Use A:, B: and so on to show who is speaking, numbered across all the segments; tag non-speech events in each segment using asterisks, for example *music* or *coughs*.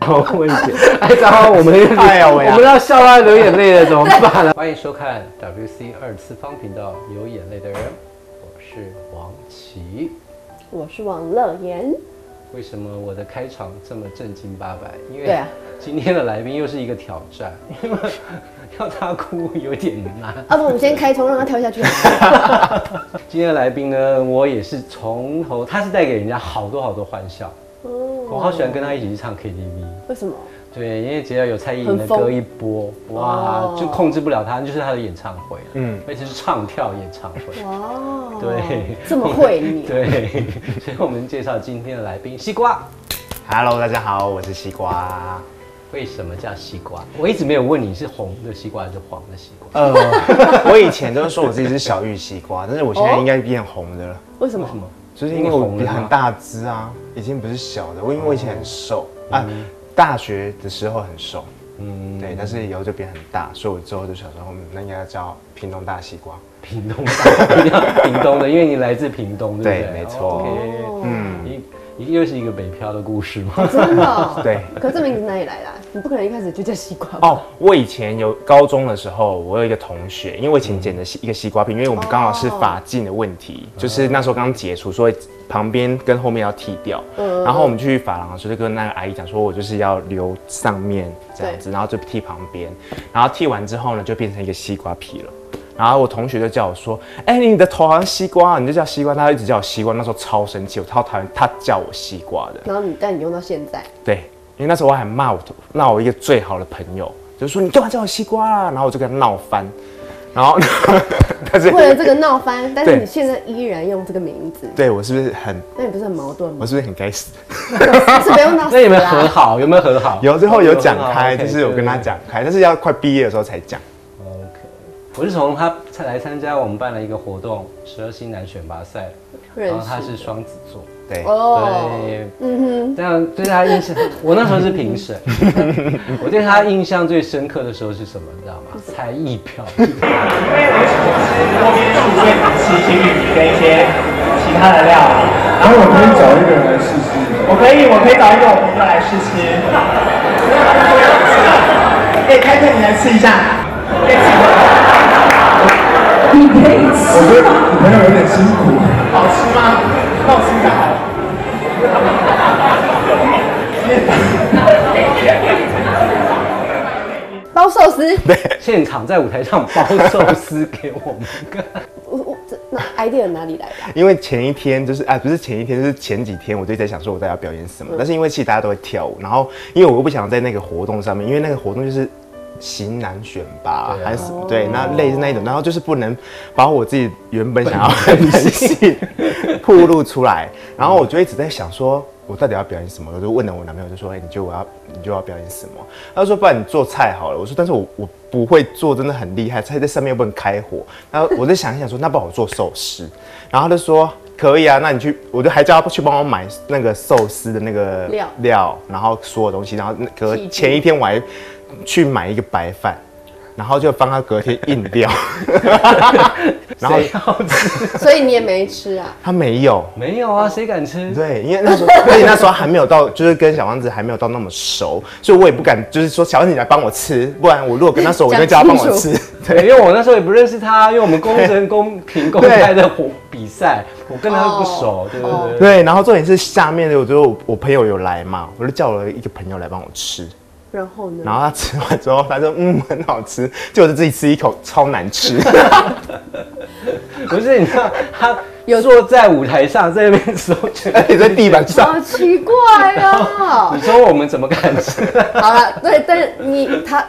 A: 好问一些。
B: *laughs* 哎，糟糕，我们
A: 哎呀喂呀
B: 我们要笑到流眼泪了，怎么办呢？
A: 欢迎收看 WC 二次方频道，有眼泪的人，我是王琦。
C: 我是王乐妍，
A: 为什么我的开场这么正经八百？因
C: 对
A: 为
C: 啊
A: 今天的来宾又是一个挑战， *laughs* 因为要他哭有点难。
C: 啊要、不我们先开通，让他跳下去。
A: 今天的来宾呢，我也是从头，他是带给人家好多好多欢笑。我
C: 哦，
A: 好喜欢跟他一起去唱 KTV。
C: 为什么？
A: 对，因为只要有蔡依林的
C: 很疯
A: 歌一播，哇，
C: 哦
A: 就控制不了他，就是他的演唱会了。
B: 嗯
A: 嗯，而且是唱跳演唱会。
C: 哇，
A: 对，
C: 这么会你，
A: *laughs* 对，所以我们介绍今天的来宾西瓜。
B: Hello，大家好，我是西瓜。
A: 为什么叫西瓜？我一直没有问你是红的西瓜还是黄的西瓜。
B: *laughs* 呃，我以前都说我自己是小玉西瓜，但是我现在应该变红的了，
C: 为什么
A: 为？什么？
B: 就是因为我很大只啊，已经不是小的，我因为我以前很瘦啊，大学的时候很瘦，
A: 嗯，
B: 对，但是以后就变很大，所以我之后就想说，嗯，那应该叫屏东大西瓜。
A: 屏东的，一定要屏东的，因为你来自屏东，对不对？
B: 对没错
A: OK，
B: 嗯，？
A: 你你又是一个北漂的故事吗？
C: 真的、哦
B: 对。
C: 可是这名字哪里来的啊、你不可能一开始就叫西瓜吧？
B: 哦，我以前有高中的时候，我有一个同学，因为我以前剪的西一个西瓜皮，因为我们刚好是发镜的问题，就是那时候刚解除，所以旁边跟后面要剃掉。然后我们去发廊的时候，就跟那个阿姨讲说，我就是要留上面这样子，然后就剃旁边，然后剃完之后呢，就变成一个西瓜皮了。然后我同学就叫我说：“哎、你的头好像西瓜啊，你就叫西瓜。”他一直叫我西瓜，那时候超生气，我超讨厌他叫我西瓜的。
C: 然后你但你用到现在，
B: 对，因为那时候我还骂我骂我一个最好的朋友，就说你干嘛叫我西瓜啦、然后我就跟他闹翻，然后 *laughs* 但是
C: 为了这个闹翻，但是
B: 对
C: 你现在依然用这个名字，
B: 对我是不是很
C: 那你不是很矛盾吗
B: 我？是不是很该死？
C: 是不用到
A: *laughs* 那
C: 死
A: 有没有和
C: 啦。
A: 好？有没有和好？
B: 有之后有讲
A: 和好
B: 开，
A: 哦，OK，
B: 就是有跟他
A: 对
B: 讲开，但是要快毕业的时候才讲。
A: OK，我是从他来参加我们办了一个活动，十二星男选拔赛，
C: 认识
A: 然后哦他是双子座，
B: 对，
C: 哦，
A: 对，
C: 嗯
A: 这样对他印象，我那时候是评审，我对他印象最深刻的时候是什么，你知道吗？才艺表演，
D: 多边数味奇情侣跟一些其他的料理。然后我可以找一个人来试吃。我可以，我可以找一个我朋友来试吃。哎，开特，你来吃一下。你可以吃。我觉得你朋友有点辛苦。好吃吗？那我吃一下好了。
C: 包寿司，
A: 现场在舞台上包寿司给我们看，
C: 我我这那 idea 哪里来的啊、
B: 因为前一天就是啊，不是前一天，就是前几天，我就在想说我到底要表演什么。但是因为其实大家都会跳舞，然后因为我又不想在那个活动上面，因为那个活动就是型男选拔、
A: 对啊
B: 还是什么，对，那类似那一种，然后就是不能把我自己原本想要的本性暴露出来。然后我就一直在想说。我到底要表演什么？我就问了我男朋友，就说：“哎、你觉得我要，你就要表演什么？”他就说：“不然你做菜好了。”我说：“但是我我不会做，真的很厉害，菜在上面又不能开火。”然后我就想一想说：“那不然我做寿司。”然后他就说：“可以啊，那你去。”我就还叫他去帮我买那个寿司的那个
C: 料
B: 料，然后所有东西，然后那隔
C: 器具
B: 前一天我还去买一个白饭，然后就帮他隔天硬 *laughs* 掉，然后
A: 谁要吃？
C: 所以你也没吃啊？
B: 他没有。
A: 没有啊，谁敢吃？
B: 对，因为那时候，而且那时候还没有到，就是跟小王子还没有到那么熟，所以我也不敢，就是说小王子你来帮我吃，不然我如果跟他熟，我就叫他帮我
C: 讲
B: 吃
C: 清。
A: 对，因为我那时候也不认识他，因为我们工程公平公开的活比赛，我跟他不熟，对对
B: *laughs*
A: 对。
B: 对，然后重点是下面的，我就我我朋友有来嘛，我就叫了一个朋友来帮我吃，
C: 然后呢？
B: 然后他吃完之后，他说嗯很好吃，结果就自己吃一口，超难
A: *laughs*
B: 吃。
A: 不是，你看他
C: 有
A: 坐在舞台上，在那边手举，
B: 而且在地板上，
C: 好啊奇怪哦
A: 你。说我们怎么敢吃？
C: 好了，对，但是你他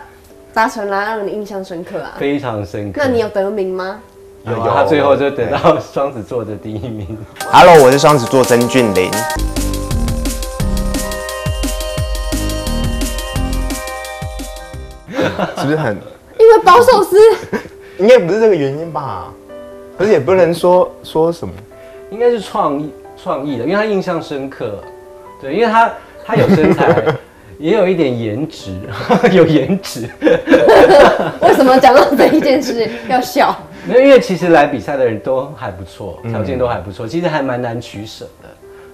C: 达成了，让你印象深刻啊。
A: 非常深刻。
C: 那你有得名吗？
A: 有
B: 有
A: 啊？他啊最后就得到双子座的第一名。
B: Hello，我是双子座曾俊林。是不是很？
C: 因为包
B: *laughs*
C: 寿司，
B: 应该不是这个原因吧？可是也不能说说什么。
A: *laughs* 应该是创意创意的，因为他印象深刻。对，因为他他有身 *laughs* 材，也有一点颜值， *laughs* 有颜值。
C: 为什么讲到这一
B: *laughs*
C: 件事要笑？
A: 没有，因为其实来比赛的人都还不错，条件都还不错，其实还蛮难取舍的。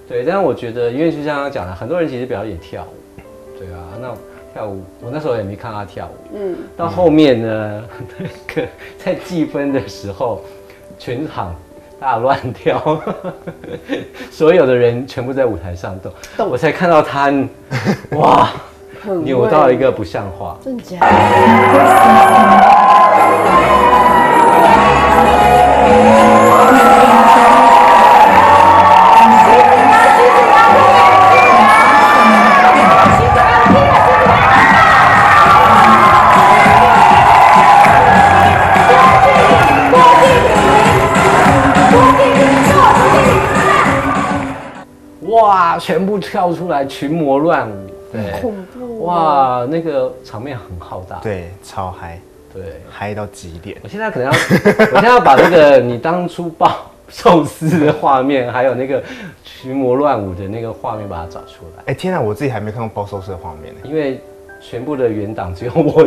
A: 对，但是我觉得，因为就像他讲的，很多人其实表演跳舞，对啊，那跳舞我那时候也没看他跳舞，嗯，到后面呢， *laughs* 那个在计分的时候，全场大乱跳， *laughs* 所有的人全部在舞台上动，我才看到他， *laughs* 哇，
C: 很
A: 扭到一个不像话。
C: 真假的？
A: 哇，全部跳出来群魔乱舞，对，
C: 恐怖
A: 哇，那个场面很浩大，
B: 对，超嗨，
A: 对。
B: 嗨到极点。
A: 我现在可能要， *laughs* 我现在要把那个你当初爆寿司的画面，还有那个群魔乱舞的那个画面，把它找出来，
B: 哎、天啊，我自己还没看过包寿司的画面呢。
A: 因为全部的原档只有我有，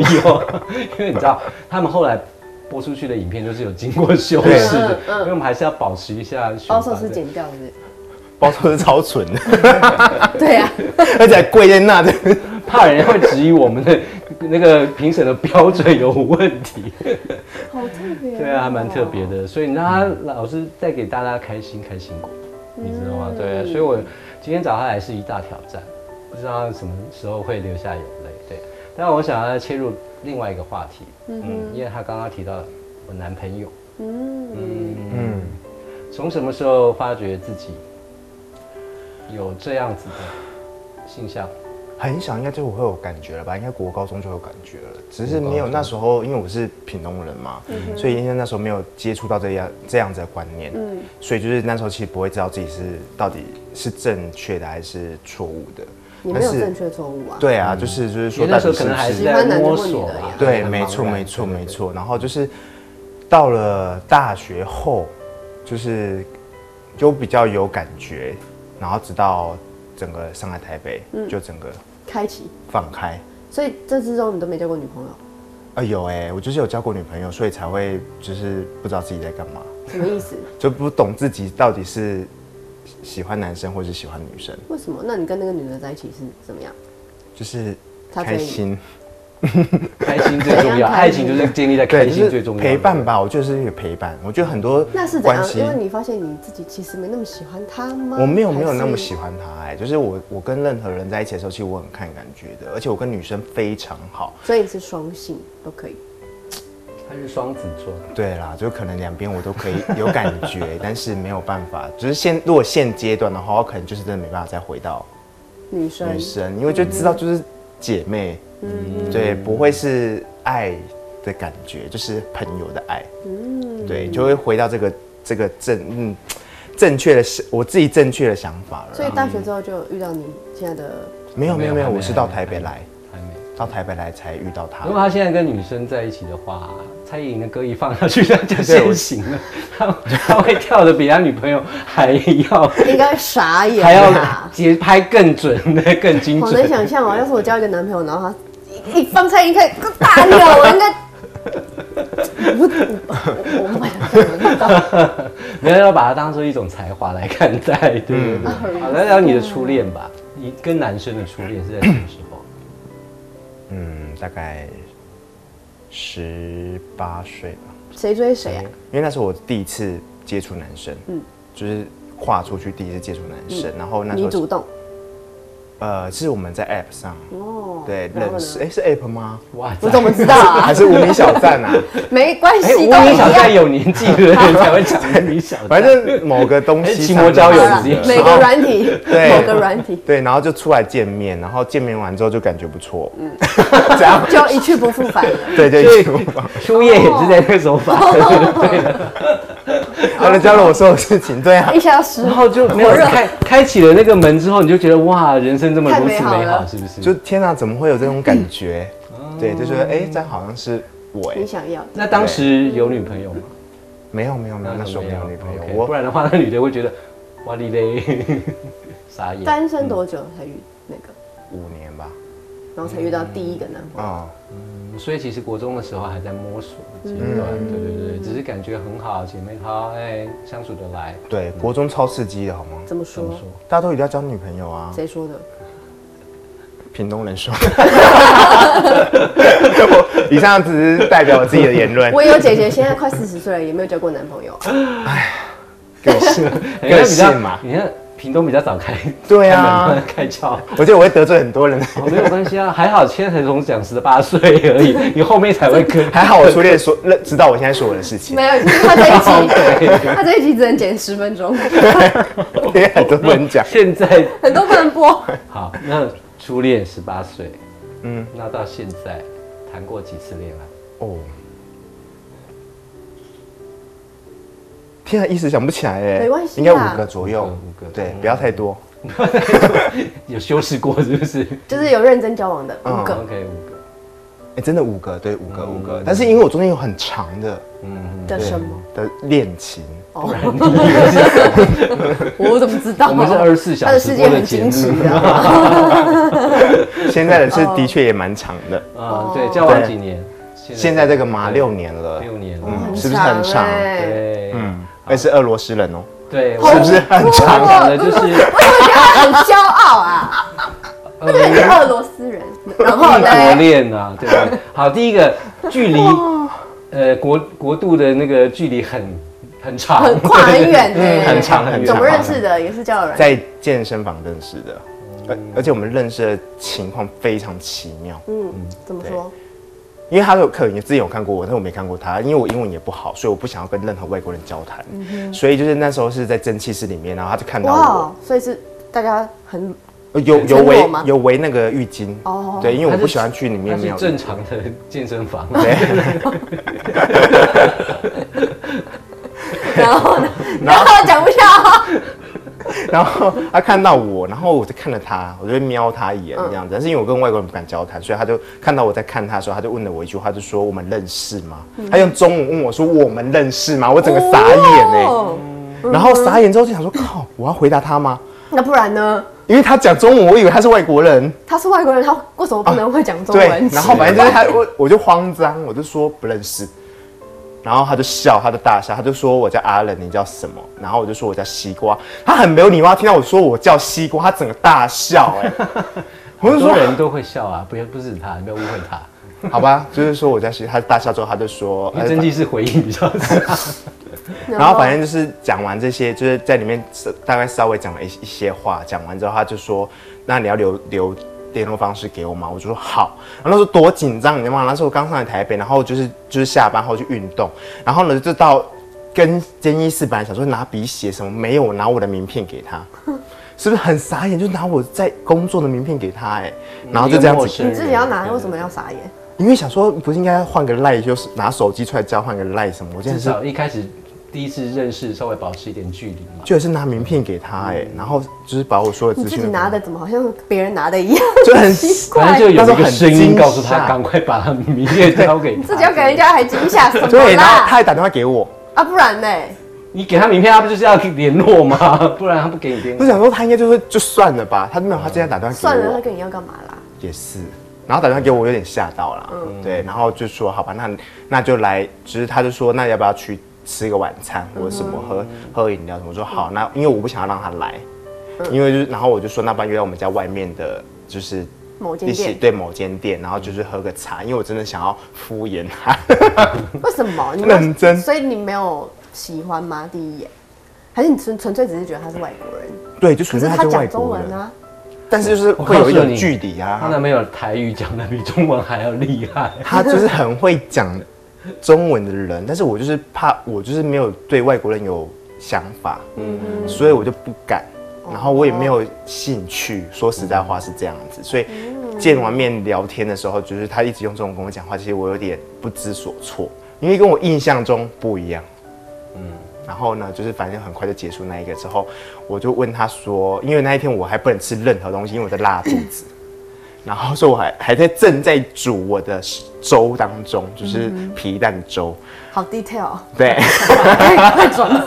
A: *laughs* 因为你知道他们后来。播出去的影片就是有经过修饰的，
C: 嗯嗯
A: 因为我们还是要保持一下循环
C: 包
A: 的。
C: 寿司剪掉是
B: 包寿司超蠢的，
C: 不是？对啊，
B: 而且还跪在那的。
A: 怕人家会质疑我们的那个评审的标准有问题。
C: 好特别。
A: 对啊，还蛮特别。的，所以你让他老是在给大家开心开心果，你知道吗？对啊，所以我今天找他来是一大挑战，不知道他什么时候会流下眼泪。对，但我想要切入另外一个话题，嗯，因为他刚刚提到我男朋友，
C: 嗯，
B: 嗯，
A: 从什么时候发觉自己有这样子的性向？
B: 很小应该就会有感觉了吧？应该国高中就有感觉了，只是没有那时候，因为我是屏东人嘛，
A: 嗯
B: 所以应该那时候没有接触到这样这样子的观念，
A: 嗯
B: 所以就是那时候其实不会知道自己是到底是正确的还是错误的。
C: 你没有正确错误啊。
B: 对啊，就是就是说，
A: 因为那
B: 到
A: 时候
B: 底是
A: 可
B: 不
A: 能嗯还是
B: 是
A: 在摸索吧。
B: 对，
A: 还蛮
B: 没
A: 茫
B: 错
A: 然
B: 没错
A: 对对
B: 没错。然后就是到了大学后，就是就比较有感觉，然后直到整个上海台北，
A: 嗯
B: 就整个
C: 开启。
B: 放开。
C: 所以这之中你都没交过女朋友，
B: 啊，有哎、我就是有交过女朋友，所以才会就是不知道自己在干嘛，
C: 什么意思？
B: 就不懂自己到底是喜欢男生或是喜欢女生，
C: 为什么？那你跟那个女的在一起是怎么样？
B: 就是
C: 他
B: 开
C: 追你
B: 心，
A: 开心最重
C: 怎
A: 要，
C: 样
A: 爱情就是建立在开
B: 对，就
A: 心最
B: 是
A: 重要。
B: 陪伴吧。我就是有陪伴，我觉得很多
C: 那是怎
B: 关
C: 样？
B: 系
C: 因，为你发现你自己其实没那么喜欢她吗？
B: 我没有没有那么喜
C: 欢。
B: 欢他哎、就是我我跟任何人在一起的时候，其实我很看感觉的，而且我跟女生非常好。
C: 所以你是双性都可以。
A: 他是双子座，
B: 对啦，就可能两边我都
C: *laughs*
B: 可以有感觉，但是没有办法，只是现如果现阶段的话，我可能就是真的没办法再回到
C: 女生，
B: 女生，因为就知道就是姐妹，
C: 嗯
B: 对，不会是爱的感觉，就是朋友的爱，
C: 嗯
B: 对，就会回到这个这个正嗯正确的想我自己正确的想法了
C: 所以
B: 啦。
C: 大学之后就有遇到你现在的，
B: 没有没有没有，
A: 还没
B: 我是到台北来，
A: 还没。
B: 到台北来才遇到
A: 如果
B: 他。
A: 他现在跟女生在一起的话，蔡依林的歌一放下去，他就
B: 我
A: 现形了。 *laughs* 他他会跳的比他女朋友还要
C: 应该傻眼
A: 还要
C: 啦。
A: 节拍更准的、更精
C: 好难
A: 准。
C: 想象哦，要是我交一个男朋友，然后他一一放菜，一看大扭，我应该，我我我我不想象得到。
A: 没有要把它当做一种才华来看待，对对对。好，聊聊你的初恋吧。你跟男生的初恋是在什么时候？
B: 嗯，大概十八岁吧。
C: 谁追谁啊？
B: 因为那是我第一次接触男生，嗯，就是跨出去第一次接触男生，然后那时
C: 你
B: 候
C: 嗯主动
B: 呃是我们在 App 上
C: 哦。
B: 对
C: 然后
B: 认
C: 呢
B: 识，哎是 App 吗？ *laughs*
A: 哇塞，
C: 我怎么知道啊
B: 还？是无名小站啊？
C: 没关系，
A: 哎，
C: 都
A: 无
C: 一
A: 名小站
C: 样。
A: 有年纪的人才会讲无名小
B: *laughs*
A: 站。
B: 反正某个东西上
A: 哎奇摩交友
C: 好
A: 软
C: 啦
A: 件
B: 然后
C: 每个软体，
B: 对
C: 某个软体，
B: 对，然后就出来见面，然后见面完之后就感觉不错，嗯，这样
C: 就一去不复返了。
B: 对对
A: 所以
B: 对，
A: 初夜也是在那个时候发生的，对的。
B: 他们教了我所有事情，对啊
C: 一，下时
A: 然
C: 候
A: 后就没有开开启了那个门之后，你就觉得哇，人生这么
C: 太
A: 如此
C: 美好
A: 美好，
C: 了
A: 是不是？
B: 就
A: 就
B: 天哪，怎么会有这种感觉？
A: 嗯
B: 对，就觉得哎，这好像是我哎
C: 你，想要，
A: 那当时有女朋友吗？
B: 没有没有没有，那时候没有女朋友，
A: OK，不
B: 我
A: 然的话，那女的会觉得哇你嘞，
B: *laughs*
A: 傻眼。
C: 单身多久才遇那个，
B: 五年吧，
C: 然后才遇到第一个男朋友？
B: 啊，
A: 嗯所以其实国中的时候还在摸索的
B: 嗯
A: 阶段，对对对，只是感觉很好，姐妹淘，哎，相处得来。
B: 对，国中超刺激的好吗？
C: 怎么
A: 怎么
C: 说？
A: 说？
B: 大家都一定要交女朋友啊，
C: 谁说的？
B: 屏东人说。 *laughs* 我以上只是代表我自己的言论
C: *laughs* 我。有姐姐，现在快四十岁了，也没有交过男
B: *laughs*
C: 朋友。
B: 个
A: *laughs*
B: 性，
A: 哎你看
B: 个
A: 比较
B: 性嘛，
A: 你看屏东比较早开，
B: 对啊
A: 开门开窍。
B: 我觉得我会得罪很多人。
A: 哦，没有关系啊，还好现在才从讲十八岁而已，你后面才
B: *laughs*
A: 会跟。
B: 还好我初恋说认知道我现在说我的事情，
C: 没有，就是他这一
B: *laughs*
C: 集，他这一集只能剪十分钟，
B: 因为很多人
A: *laughs*
B: 讲。
A: 现在
C: 很多不能播。
A: 好，那初恋十八岁，
B: 嗯，
A: 那到现在谈过几次恋啊爱？
B: 哦，天啊，一时想不起来哎，
C: 没关系啊
B: 应该
C: 啦
B: 五个左右，
A: 五个五个
B: 对，
A: 嗯
B: 不要太多。
A: *laughs* 有修饰过是不是
C: 就是有认真交往的
B: 嗯哦
C: 五
A: *laughs*
C: 个，
A: ？OK，五个。
B: 哎，真的五个，对，五个，
A: 嗯
B: 五个。但是因为我中间有很长的
A: 嗯，
C: 的什么？
B: 的恋情，
C: 哦，我怎么知道？
A: 我们是二十四
C: 他
A: 小
C: 的
A: 时播
C: 世界
A: 的
C: 很
A: 节
C: 矜
A: 目啊
C: 持
A: *laughs*
C: 的。
B: 现在的是
C: 哦
B: 的确也蛮长的。
A: 啊，对，交往几年？
B: 现在这个嘛，六年了，
A: 六年了，
B: 嗯，
C: 很
B: 是不是很
C: 长
B: 长？
C: 欸
A: 对，
B: 嗯，那是俄罗斯人哦，
A: 对，
C: 好啊
A: 我
B: 是不是很
A: 常
B: 长？啊
A: 讲的就是
C: *laughs* 很骄
B: *laughs*
C: 傲啊！那个是俄罗斯人，然后
A: 异国
C: 呢？
A: 恋啊，对吧？好，第一个距离，呃，国国度的那个距离很很长，
C: 很跨
A: *laughs*
C: 很远
A: 对
C: 呢，
B: 很长很
C: 怎
B: 长
C: 么认识的？也是交友软件。
B: 在健身房认识的，而而且我们认识的情况非常奇妙，
C: 嗯，怎么说？
B: 因为他有可能之前有看过我，但我没看过他，因为我英文也不好，所以我不想要跟任何外国人交谈，
A: 嗯
B: 所以就是那时候是在蒸汽室里面，然后他就看到
C: 哇
B: 我，，
C: 所以是大家很
B: *laughs* 呃有有
C: 很
B: 围
C: 裸吗
B: 有围那个浴巾
C: 哦，
B: 对，因为我
A: 它是
B: 不喜欢去里
A: 它
B: 面没
A: 是
B: 有
A: 正常的健身 *laughs* 房，
C: 然后呢？然后讲不下，
B: *laughs* 然后他看到我，然后我就看着他，我就瞄他一眼这样子。但是因为我跟外国人不敢交谈，所以他就看到我在看他的时候，他就问了我一句话，就说我们认识吗？他用中文问我说我们认识吗？我整个傻眼哎、
C: 哦
B: 然后傻眼之后就想说靠，我要回答他吗？
C: 那不然呢？
B: 因为他讲中文，我以为他是外国人。
C: 他是外国人，他为什么不能会讲中
B: 对
C: 文？， *laughs*
B: 然后反正就是他，我我就慌张，我就说不认识。然后他就笑，他就大笑，他就说我叫阿冷，你叫什么？然后我就说我叫西瓜。他很没有礼貌，听到我说我叫西瓜，他整个大笑、
A: *laughs*
B: 哎，我
A: 很
B: 就说
A: 多人都会笑啊，不要不止他，你不要误会他，
B: 好吧，就是说我叫西，他大笑之后他就说，
A: 因为真
B: 呃
A: 迹是回应比较 *laughs* 少。
B: 然后反正就是讲完这些，就是在里面大概稍微讲了一一些话，讲完之后他就说，那你要留留联络方式给我吗？我就说好。然后那时候多紧张，你知道吗？那时候我刚上来台北，然后就是就是下班后去运动，然后呢就到跟监医室本来想说拿笔写什么，没有，我拿我的名片给他。是不是很傻眼？就拿我在工作的名片给他、哎，然后就这样
A: 一个陌
B: 子
A: 生
C: 你自己要拿，为什么要傻眼？
B: 因为想说不是应该换个赖，就是拿手机出来交换个赖什么？我真
A: 至
B: 的是
A: 少一开始第一次认识，稍微保持一点距离嘛。
B: 居然是拿名片给他哎、
A: 嗯
B: 然后就是把我说的
C: 你
B: 资
C: 自
B: 讯
C: 己
B: 都
C: 拿的怎么好像别人拿的一样？
B: 就很
C: 奇怪
A: 反正就有一
B: 那时候
A: 个
B: 很
A: 声音
B: 惊
A: 告诉他，
B: 吓
A: 赶快把他名片交给
C: 自己
A: 他。
C: 要给人家还惊吓什么
B: 对，然后他嗯
C: 啦？
B: 还打电话给我，
C: 啊，不然呢？
A: *laughs* 你给他名片，他不就是要联络 *laughs* 吗？不然他不给你联
B: 我
A: 络。
B: 想说他应该就会就算了吧，他没有，他竟然打电话给我，
C: 算了，他跟你要干嘛啦？
B: 也是。然后打电话给我，我有点吓到了，
C: 嗯
B: 对，然后就说好吧，那那就来，只是他就说那要不要去吃个晚餐
C: 嗯
B: 或者什么喝喝饮料什么，我说好，那因为我不想要让他来，
C: 嗯
B: 因为就是然后我就说那不然约到我们家外面的，就是
C: 某间
B: 一起
C: 店？
B: 对某间店，然后就是喝个茶，因为我真的想要敷衍他，
C: 为什么？你没有
B: 认真
C: 所以你没有喜欢吗？第一眼，还是你纯纯粹只是觉得他是外国人？
B: 对，就
C: 可
B: 纯
C: 是
B: 粹
C: 他
B: 就外
C: 讲中
B: 国
C: 文
B: 人，
C: 啊，
B: 但是就是会有一种距离
A: 她
B: 啊。
A: 男朋友台语讲的比中文还要厉害。
B: 他就是很会讲中文的人，但是我就是怕，我就是没有对外国人有想法，嗯，所以我就不敢，然后我也没有兴趣。说实在话是这样子，所以见完面聊天的时候，就是他一直用中文跟我讲话，其实我有点不知所措，因为跟我印象中不一样。然后呢，就是反正很快就结束那一个之后，我就问他说，因为那一天我还不能吃任何东西，因为我在拉肚子，然后说我还还在正在煮我的粥当中，就是
C: 嗯
B: 皮蛋
C: *laughs*
B: 粥，
C: 好 detail，
B: 对，
C: 快转。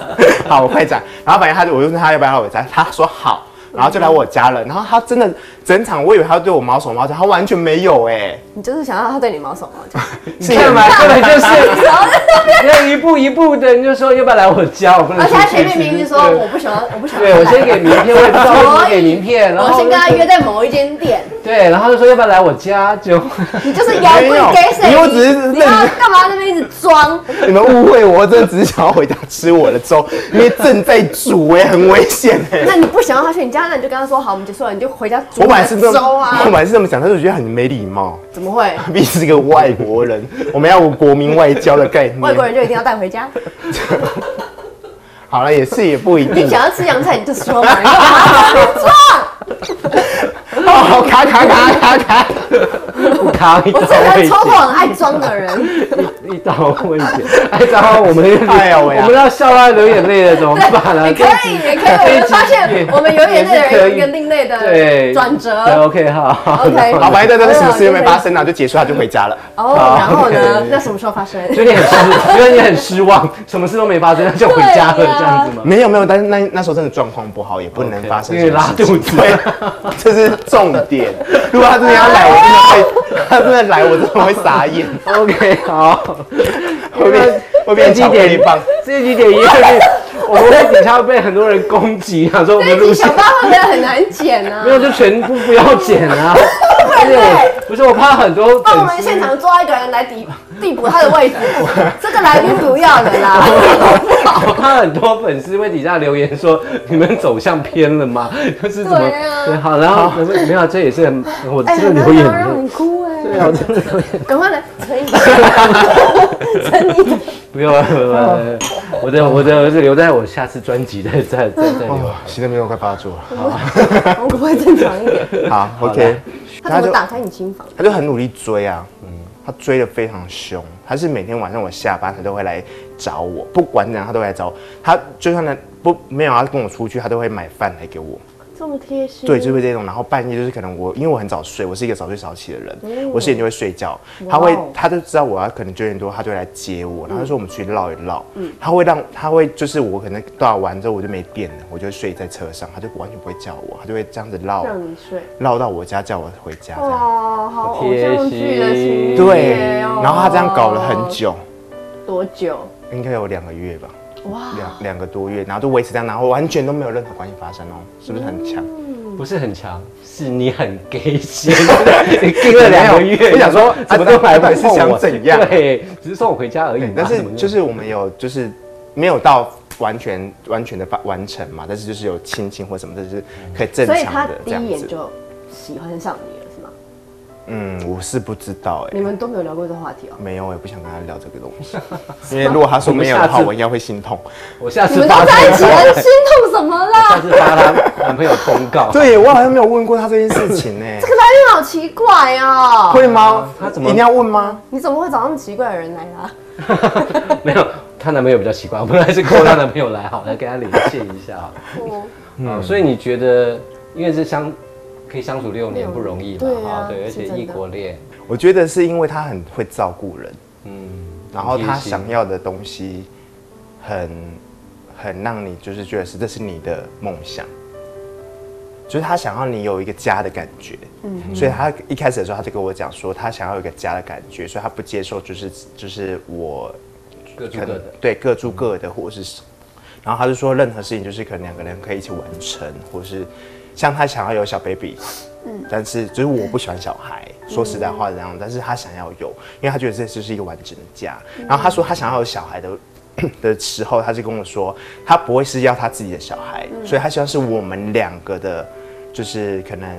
B: 好，我快讲。然后反正他就我就问他要不要来我家，他说好，然后就来我家了。然后他真的整场我以为他对我毛手毛脚，他完全没有哎、 *laughs*
C: 你就是想让他对你毛手毛脚，
A: 你看嘛，根本就是 *laughs*
C: 然后在那边
A: 要一步一步的，你就说要不要来我家？我不能
C: 而且他
A: 出去
C: 前面明明就说
A: 对
C: 我不喜欢，我不喜欢
A: 对，
C: 来。
A: 我先给名片，我也不知道为什么给名片，然
C: 我
A: 后
C: 先跟他
A: 就
C: 约在某一间店，
A: 对，然后就说要不要来我家，就
C: 你就是摇
B: 没有
C: 滚 gay 谁？
B: 因为我只是认
C: 你要干嘛那边一直装？
B: 你们误会我，我真的只是想要回家吃我的
C: *laughs*
B: 粥，因为正在煮哎、很危险哎、
C: 那你不想让他去你家，那你就跟他说好，我们结束了，你就回家 *laughs* 煮
B: 我本来是这
C: 粥
B: 么，
C: 啊
B: 我。本来是这么想，但是我觉得很没礼貌，
C: 怎么会？
B: 毕竟是个外国人，我们要有国民外交的概念。
C: 外国人就一定要带回家？
B: 好了，也是也不一
C: 你
B: 定。
C: 想要吃洋菜你就说嘛，你干嘛在那边装？
B: 哦，卡卡
C: *laughs*
B: 卡卡卡，
A: 不卡一刀
C: 我这个
A: 未
C: 人
A: 剪
C: 超，过很爱装
A: *laughs*
C: 的人，
A: 一刀未剪，哎，然后我们
B: 哎呀喂呀
A: 我们要笑他流眼泪了，怎么办呢？
C: 你可以，你可以，我们发现我们有点类的人有一个另类的
A: 对
C: 转
A: 对
C: 折。
A: ，OK，好好
C: OK
B: 好，反正这是什么事都没发生啊，就结束，他就回家
C: *laughs*
B: 了。
C: 哦，然后呢？那什么时候发生？
A: 所以你很失，所以你很失望，什么事都没发生，那就回家了
C: 对啊
A: 这样子吗？
B: 没有没有，但是那那时候真的状况不好，也不能
A: OK，
B: 发生
A: 因为
B: 什么
A: 拉
C: *laughs*
B: 事
A: 肚子，
B: 对， *laughs* 这是重点。如果他真的要来，我真的会， *laughs* 他真的来，我真的会傻眼，
A: OK，好，
B: 会
C: *laughs*
B: 变会变巧克力棒。
A: 这几点一会被我们会底下被很多人攻击，想说我
C: 这
A: 们
C: 一集
A: 录线
C: 小八会不会很难剪啊
A: 没？有就全部不要剪
C: *laughs*
A: 啊。
C: 对对。
A: 不是我怕很多
C: 帮
A: 粉
C: 我们
A: 丝，
C: 现场抓一个人来抵递补他的位置，这个来宾不要了啦，
A: *laughs*
C: *laughs*
A: 我怕很多粉丝会底下留言说你们走向偏了吗？ *laughs* 就是怎么
C: 对啊
A: 对好，然后没有，啊这也是很我
C: 哎、
A: 这个
C: 很
A: 留
C: 难
A: 言
C: 要让你哭哎、
B: 啊
A: 我真的
C: 赶快来，可以，陈怡的，
A: 不用了，不用了，我的我的儿子留在我下次专辑再再再再留
B: 哦。，心脏病快发作了。
C: 我们可不可以正常一
B: *laughs*
C: 点？
B: 好，OK。
C: 他怎么打开你心房？
B: 他就很努力追啊，嗯，他追的非常凶，他是每天晚上我下班他都会来找我，不管怎样他都会来找我，他就算他不没有要跟我出去，他都会买饭来给我，
C: 这么贴心，
B: 对，就会这种，然后半夜就是可能我因为我很早睡，我是一个早睡早起的人，我十点就会睡觉，他会
C: 哇哦
B: 他就知道我要可能九点多，他就会来接我，然后他说我们出去绕一绕，他会让他会就是我可能到完之后我就没电了，我就睡在车上，他就完全不会叫我，他就会这样子绕
C: 让你睡，
B: 绕到我家叫我回家这样。
C: 哇，哦好偶像剧的情
B: 对，
C: 节哦。
B: 然后他这样搞了很，久，
C: 多久？
B: 应该有两个月吧，
C: 哇，
B: 两两个多月，然后就维持这样，然后完全都没有任何关系发生哦，是不是很强？
A: 不是很强，是你很 gay
B: *laughs*
A: 先，你 gay 了两个月，
B: 我想说
A: 怎么都还不
B: 啊到底是
A: 碰我
B: 想怎样哎
A: 对，只是送我回家而已嘛。
B: 但是
A: 啊怎么样
B: 就是我们有就是没有到完全完全的发完成嘛，但是就是有亲亲或什么，这就是可以正
C: 所以
B: 常
C: 他
B: 的
C: 第
B: 这样
C: 一眼
B: 子。
C: 就喜欢上你了，是吗？
B: 嗯，我是不知道哎、
C: 你们都没有聊过这个话题哦、
B: 没有，我也不想跟他聊这个东西，因为如果他说没有的
A: 我们下
B: 话，
A: 次
B: 我应该会心痛。
A: 我下
C: 你
A: 次
C: 们
A: 发
C: 都在一起啊
A: 他
C: 了，心痛什
B: *laughs*
C: 么啦？
A: 下次发他男朋友公告，
B: 对，我好像没有问过他这件事情呢、
C: 这个来宾哎好奇怪
B: *laughs*
C: 哦、
B: 会吗？
A: 他怎么
B: 一定要问吗？
C: 你怎么会找那么奇怪的人来啊啦？
A: *laughs* 没有，她男朋友比较奇怪，我们还是 call 她男朋友来好了，跟她连线一下
B: *laughs*
A: 好了。嗯，所以你觉得，因为这相可以相处六年不容易嘛
C: 对，啊
A: 哈，对，而
C: 是
A: 且
C: 真的
A: 异国恋，
B: 我觉得是因为他很会照顾人。
A: 嗯，
B: 然后他
A: 很贴心
B: 想要的东西很很让你就是觉得是这是你的梦想，就是他想要你有一个家的感觉。嗯，所以他一开始的时候他就跟我讲说他想要有一个家的感觉，所以他不接受就是就是我
A: 各住
B: 可
A: 各
B: 能
A: 的，嗯
B: 对各住各的或者是，然后他就说任何事情就是可能两个人可以一起完成，或是像他想要有小 baby，嗯，但是就是我不喜欢小孩，说实在话这样，但是他想要有，因为他觉得这就是一个完整的家。然后他说他想要有小孩的。 *coughs* 的时候，他就跟我说，他不会是要他自己的小孩，所以他希望是我们两个的，就是可能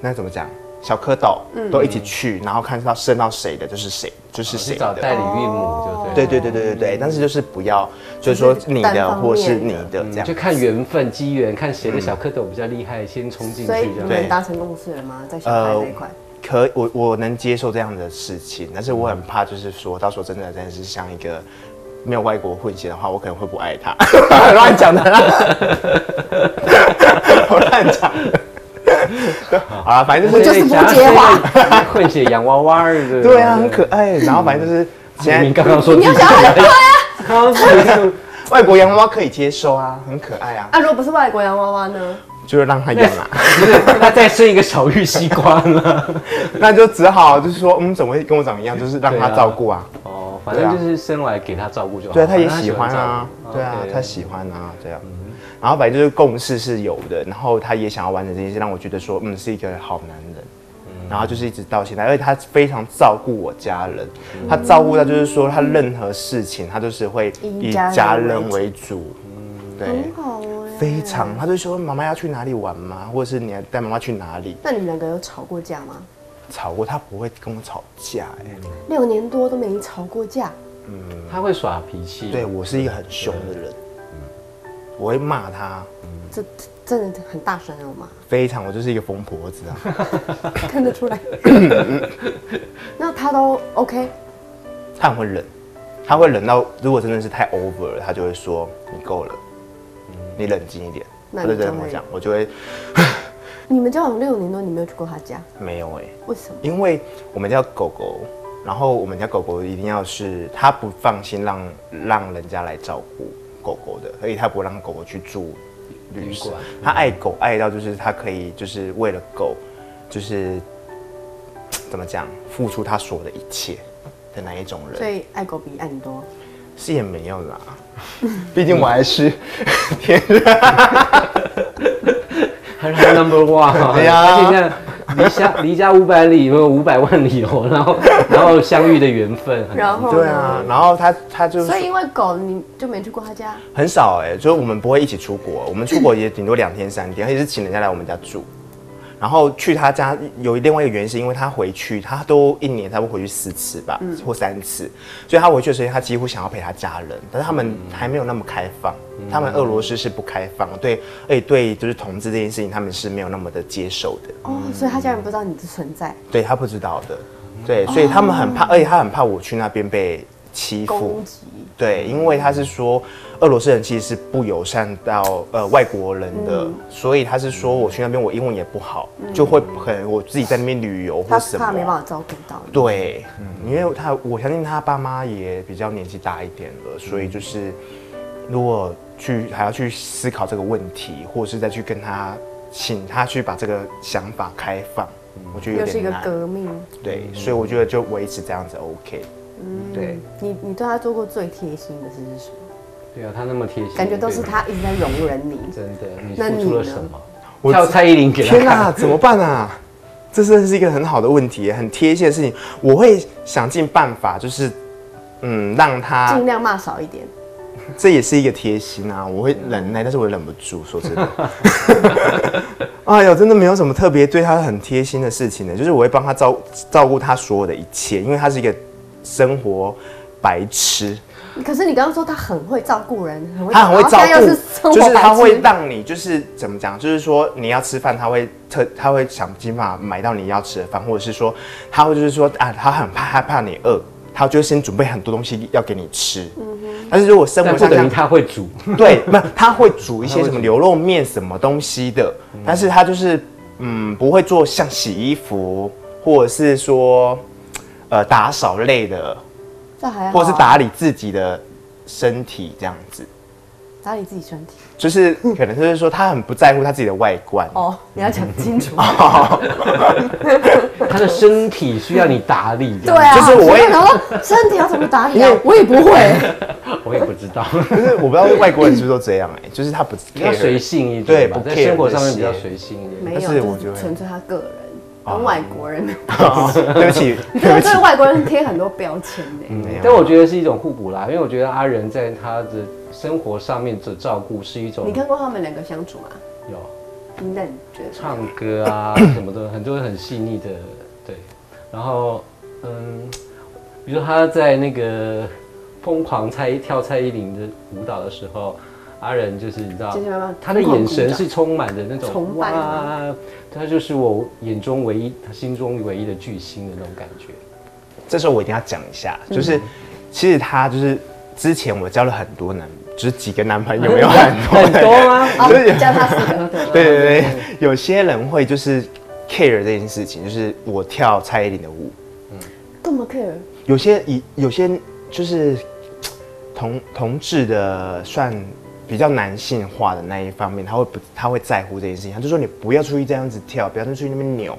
B: 那怎么讲，小蝌蚪都一起去，然后看到生到谁的就是谁，就是谁
A: 去
B: 的。
A: 哦找代理孕母，对
B: 对
A: 不
B: 对对对对对，但是就是不要，嗯就是说你
C: 单
B: 的嗯
C: 方
B: 或是
C: 面
B: 你的这
A: 对？
B: 样
A: 就。看缘分、机缘，看谁的小蝌蚪比较厉害，先冲进去
C: 所以
A: 这
C: 你
A: 样。
C: 们
B: 对
C: 达成共识了吗？在小孩
B: 呃
C: 这一块，
B: 可我我能接受这样的事情，但是我很怕，就是说到时候真的真的是像一个没有外国混血的话，我可能会不爱他。 *laughs* 乱讲的啦， *laughs* 我乱讲的。好了，反正就
C: 我
B: 是
C: 就是不接话，
A: 混血洋娃娃儿，对不
B: 对啊，很可爱。然后反正就是
A: 明
B: 现
A: 明
B: 在
A: 刚刚说自己
C: 你要想
A: *laughs*
C: 很
A: 对啊，
B: 外国洋娃娃可以接受啊，很可爱啊，
C: 啊，如果不是外国洋娃娃呢？
B: 就是让他养 *laughs* 啊。
A: 不是他再生一个小玉西瓜了。
B: 那就只好就是说，嗯，怎么会跟我长一样，就是让他照顾啊。
A: 哦，反正就是生来给他照顾就好。
B: 对啊，他也
A: 反正
B: 喜欢啊
A: 照，顾
B: 对啊，
A: OK
B: 他喜欢啊，这样。然后反正就是共识是有的，然后他也想要完成这件事，让我觉得说，嗯，是一个好男人。然后就是一直到现在，而且他非常照顾我家人，他照顾到就是说，他任何事情他都是会
C: 以
B: 以
C: 家人
B: 家
C: 为
B: 人为主，对，
C: 很好哎。
B: 非常。他就说妈妈要去哪里玩吗？或者是你要带妈妈去哪里？
C: 那你们两个有吵过架吗？
B: 吵过他不会跟我吵架、哎，
C: 六年多都没吵过架，
A: 嗯他会耍脾气，
B: 对我是一个很凶的人，我会骂他，
C: 这这真的很大声哦嘛，
B: 非常，我就是一个疯婆子啊。
C: *laughs* 看
B: *laughs*
C: 得出来。那他都 OK，
B: 他很会忍，他会忍到如果真的是太 over 了，他就会说你够了，你冷静一点。
C: 那
B: 他
C: 你
B: 就这
C: 就
B: 样跟
C: 会
B: 我讲，我就会
C: 你们交往六年多，你没有去过他家，
B: 没有哎、
C: 为什么？
B: 因为我们家狗狗，然后我们家狗狗一定要是他不放心让让人家来照顾狗狗的，所以他不让狗狗去住旅
A: 旅
B: 社
A: 馆。
B: 他爱狗爱到就是他可以就是为了狗，就是怎么讲，付出他所有的一切的那一种人。
C: 所以爱狗比爱你多。
B: 是也没有啦， *laughs* 毕竟我还是
C: *laughs*
B: 天
A: 他是他 number one，
B: *laughs* 对呀
A: 而且你看。离家离家五百里，有五百万里哦，然后然后相遇的缘分，
C: 然后呢
B: 对啊，然后他他就是
C: 所以因为狗，你就没去过他家。
B: 很少哎、就是我们不会一起出国，我们出国也顶多两天三天，而且是请人家来我们家住。然后去他家有另外一个原因，是因为他回去，他都一年才会回去四次吧，
C: 嗯
B: 或三次，所以他回去的时间他几乎想要陪他家人，但是他
C: 嗯
B: 们还没有那么开放，他们俄罗斯是不开放，对，而且对就是同志这件事情，他们是没有那么的接受的。
C: 哦，所以他家人不知道你的存在，
B: 对他不知道的，对，所以他们很怕，而且他很怕我去那边被欺负
C: 哦攻。击。
B: 对，因为他是说俄罗斯人其实是不友善到呃外国人的，
C: 嗯
B: 所以他是说我去那边我英文也不好，就会可能我自己在那边旅游
C: 他
B: 或什
C: 怕没办
B: 么。啊
C: 法照顾到你。
B: 对，嗯因为他我相信他爸妈也比较年纪大一点
C: 嗯
B: 了，所以就是如果去还要去思考这个问题，或者是再去跟他请他去把这个想法开放，我觉得有
C: 嗯又是一
B: 点
C: 个
B: 难。
C: 革命，
B: 对，所以我觉得就维持这样子 OK。对，
C: 你你对他做过最贴心的事是什么？
A: 对啊，他那么贴心，
C: 感觉都是他一直在容忍你，
A: 真的，你
C: 那
A: 付出
C: 你
A: 了
C: 呢
A: 什么？
B: 我
A: 跳蔡依林给他
B: 天
A: 看，
B: 哪、怎么办啊？这真的是一个很好的问题，很贴切的事情。我会想尽办法，就是嗯，让他
C: 尽量骂少一点。
B: 这也是一个贴心啊。我会忍耐，但是我忍不住，说真的。 *laughs* 哎呦，真的没有什么特别对他很贴心的事情呢，就是我会帮他照照顾他所有的一切，因为他是一个生活白痴。
C: 可是你刚刚说他很会照顾人，很会，
B: 他很会照
C: 然后现在又是
B: 顾，
C: 生
B: 就是
C: 活白
B: 他
C: 痴
B: 会让你就是怎么讲，就是说你要吃饭，他会特他会想尽办法买到你要吃的饭，或者是说他会就是说啊，他很怕害怕你饿，他就会先准备很多东西要给你吃。
C: 嗯
B: 但是如果生
A: 但
B: 活
A: 不
B: 上
A: 等于
B: 像
A: 他会
B: *laughs*
A: 煮，
B: 对，没有他会煮一些什么牛肉面什么东西的，但是他就是嗯不会做像洗衣服或者是说呃打扫类的，
C: 这还好啊，
B: 或者是打理自己的身体这样子。
C: 打理自己身体。
B: 就是可能就是说他很不在乎他自己的外观。
C: 哦，你要讲清
B: *laughs*
C: 楚。
B: 哦
A: 他的身体需要你打理。
C: 对啊，
B: 就是我也
C: 然后身体要怎么打理
B: 因
C: 啊
B: 为？
C: 我也不
B: *laughs*
C: 会。
A: 我也不知道， *laughs*
B: 就是我不知道外国人是不是都这样哎、就是他不
A: 比较
B: care
A: *laughs* 随性一点，
B: 对
A: 吧
B: 不
A: 在
B: care
A: 生活上面
B: 这
A: 比
B: 些
A: 较随性一点。
C: 没有，
B: 但是我
C: 就
B: 觉
C: 是
B: 得
C: 纯粹他个人，跟外国人没有
B: 哦 *laughs* 对不起，嗯
C: 真的对外国人贴很多标签呢。
B: 没有
A: 但我觉得是一种互补啦，因为我觉得阿仁在他的生活上面的照顾是一种
C: 你看过他们两个相处吗？
A: 有
C: 那你觉得？
A: 唱歌
C: *coughs*
A: 啊什么的，很多很细腻的，对。然后，嗯，比如说他在那个疯狂蔡跳蔡依林的舞蹈的时候，阿仁就是你知道
C: 就是慢慢，
A: 他的眼神是充满着那种
C: 崇拜吗
A: 哇，他就是我眼中唯一，他心中唯一的巨星的那种感觉。
B: 这时候我一定要讲一下，就是、其实他就是之前我交了很多男，就是几个男朋友没有很多
A: *laughs* 很多
B: *laughs*
A: 吗？
C: 哦
B: 就是，
C: 叫他四
B: *laughs*
C: 个，
B: 对对对，有些人会就是 care 这件事情，就是我跳蔡依林的舞，
C: 干嘛 care？
B: 有些以有些就是嘖同同志的算比较男性化的那一方面，他会不他会在乎这件事情，他就说你不要出去这样子跳，不要出去那边扭。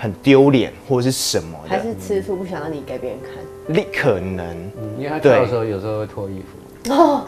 B: 很丢脸或者是什么
C: 还
B: 的，
C: 是吃醋不想让你给别人看？
B: 立可能
C: 嗯
A: 因为他
B: 对
A: 跳的时候有时候会脱衣服，
C: 哦，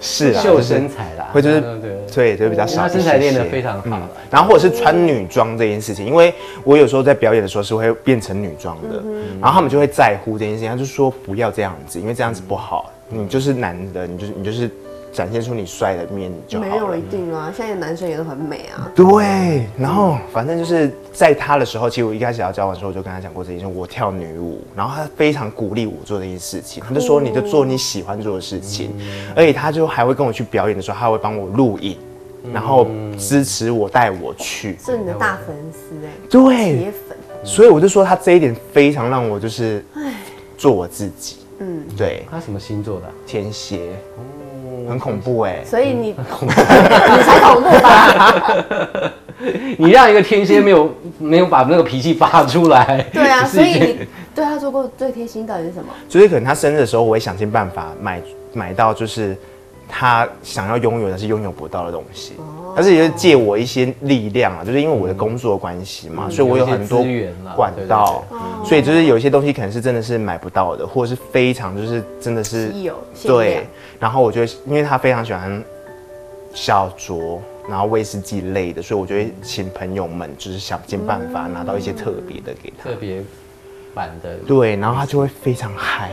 B: 是啊
A: 秀
B: 就是
A: 身材啦，
B: 会就是
A: 对对对，
B: 对，就比较少
A: 他
B: 一些些。嗯
A: 身材练得非常好啦
B: 然后或者是穿女装这件事情，因为我有时候在表演的时候是会变成女装
A: 嗯
B: 的，然后他们就会在乎这件事情，他就说不要这样子，因为这样子不好，你就是男的，你就是你就是展现出你帅的面就好
C: 没
B: 了。
C: 有一定啊，现在的男生也都很美啊。
B: 对，然后反正就是在他的时候，其实我一开始要交往的时候，我就跟他讲过这件事，我跳女舞，然后他非常鼓励我做这件事情，他就说你就做你喜欢做的事情，而且他就还会跟我去表演的时候，他会帮我录影，然后支持我带我去，
C: 是你的大粉丝哎、铁
B: 对，
C: 粉，
B: 所以我就说他这一点非常让我就是做我自己，嗯，对，
A: 他什么星座的啊？
B: 天蝎，很恐怖哎、
C: 所以你 *laughs* 你才恐怖
B: *laughs*
C: 吧？
A: 你让一个天蝎没有 *laughs* 没有把那个脾气发出来，
C: 对
A: *laughs*
C: 啊，
A: 是
C: 所
A: 一
C: 以
A: 件
C: 你对他做过最贴心到底是什么？
B: 就是可能他生日的时候，我会想尽办法买买到就是他想要拥有但是拥有不到的东西。
A: 哦
B: 但是也是借我一些力量啊，就是因为我的工作关系嘛，所以我有很多
A: 嗯有一些资源啦
B: 管道
A: 对，
B: 所以就是有一些东西可能是真的是买不到的，或者是非常就是真的是
C: 稀有限量
B: 对。然后我就会因为他非常喜欢小酌，然后威士忌类的，所以我就会请朋友们就是想尽办法拿到一些特别的给他
A: 特。别版的，
B: 对，然后他就会非常嗨。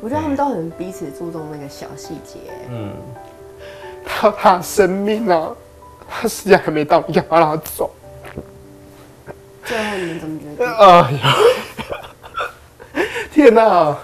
C: 我觉得他们都很彼此注重那个小细节、
A: 嗯，
B: 他怕生命啊，他时间还没到，你干嘛让他走？
C: 最后你们怎么决定？
B: 哎呀，天哪、